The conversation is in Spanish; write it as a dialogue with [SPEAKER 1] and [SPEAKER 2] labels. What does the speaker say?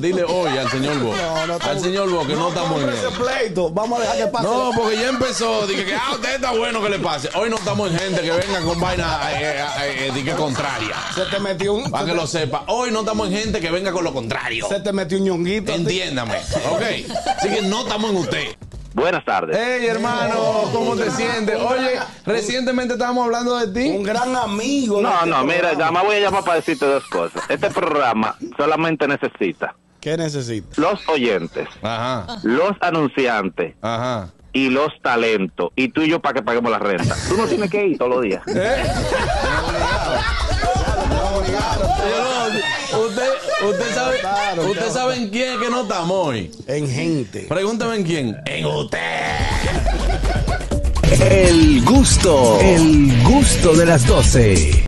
[SPEAKER 1] dile hoy al señor Bo.
[SPEAKER 2] No, no
[SPEAKER 1] al
[SPEAKER 2] estamos-
[SPEAKER 1] señor Bo que no, estamos en
[SPEAKER 2] compre ese
[SPEAKER 1] eso.
[SPEAKER 2] pleito. Vamos a dejar que pase.
[SPEAKER 1] No, porque ya empezó. Dije que, ah, usted está bueno que le pase. Hoy no estamos en gente que venga con vaina, eh, eh, eh, di que contraria.
[SPEAKER 2] Se te metió un.
[SPEAKER 1] Para que lo sepa. Hoy no estamos en gente que venga con lo contrario.
[SPEAKER 2] Se te metió un ñonguito. a ti.
[SPEAKER 1] Entiéndame. Ok. Así que no estamos en usted.
[SPEAKER 3] Buenas tardes.
[SPEAKER 1] Hey, hermano, ¿cómo te sientes? Oye, recientemente estábamos hablando de
[SPEAKER 2] Un
[SPEAKER 1] ti.
[SPEAKER 2] gran amigo. de
[SPEAKER 3] No,
[SPEAKER 2] este
[SPEAKER 3] no, mira,
[SPEAKER 2] programa.
[SPEAKER 3] nada más voy a llamar para decirte dos cosas. Este programa solamente necesita
[SPEAKER 2] ¿Qué necesita?
[SPEAKER 3] los oyentes,
[SPEAKER 1] Ajá,
[SPEAKER 3] los anunciantes
[SPEAKER 1] ajá.
[SPEAKER 3] y los talentos. Y tú y yo para que paguemos la renta. Tú no tienes que ir todos los días.
[SPEAKER 1] Señor, usted, usted sabe,
[SPEAKER 2] Claro,
[SPEAKER 1] usted sabe en quién es que no estamos hoy.
[SPEAKER 2] En gente.
[SPEAKER 1] Pregúntame en quién. En usted.
[SPEAKER 4] El gusto, el gusto de las doce.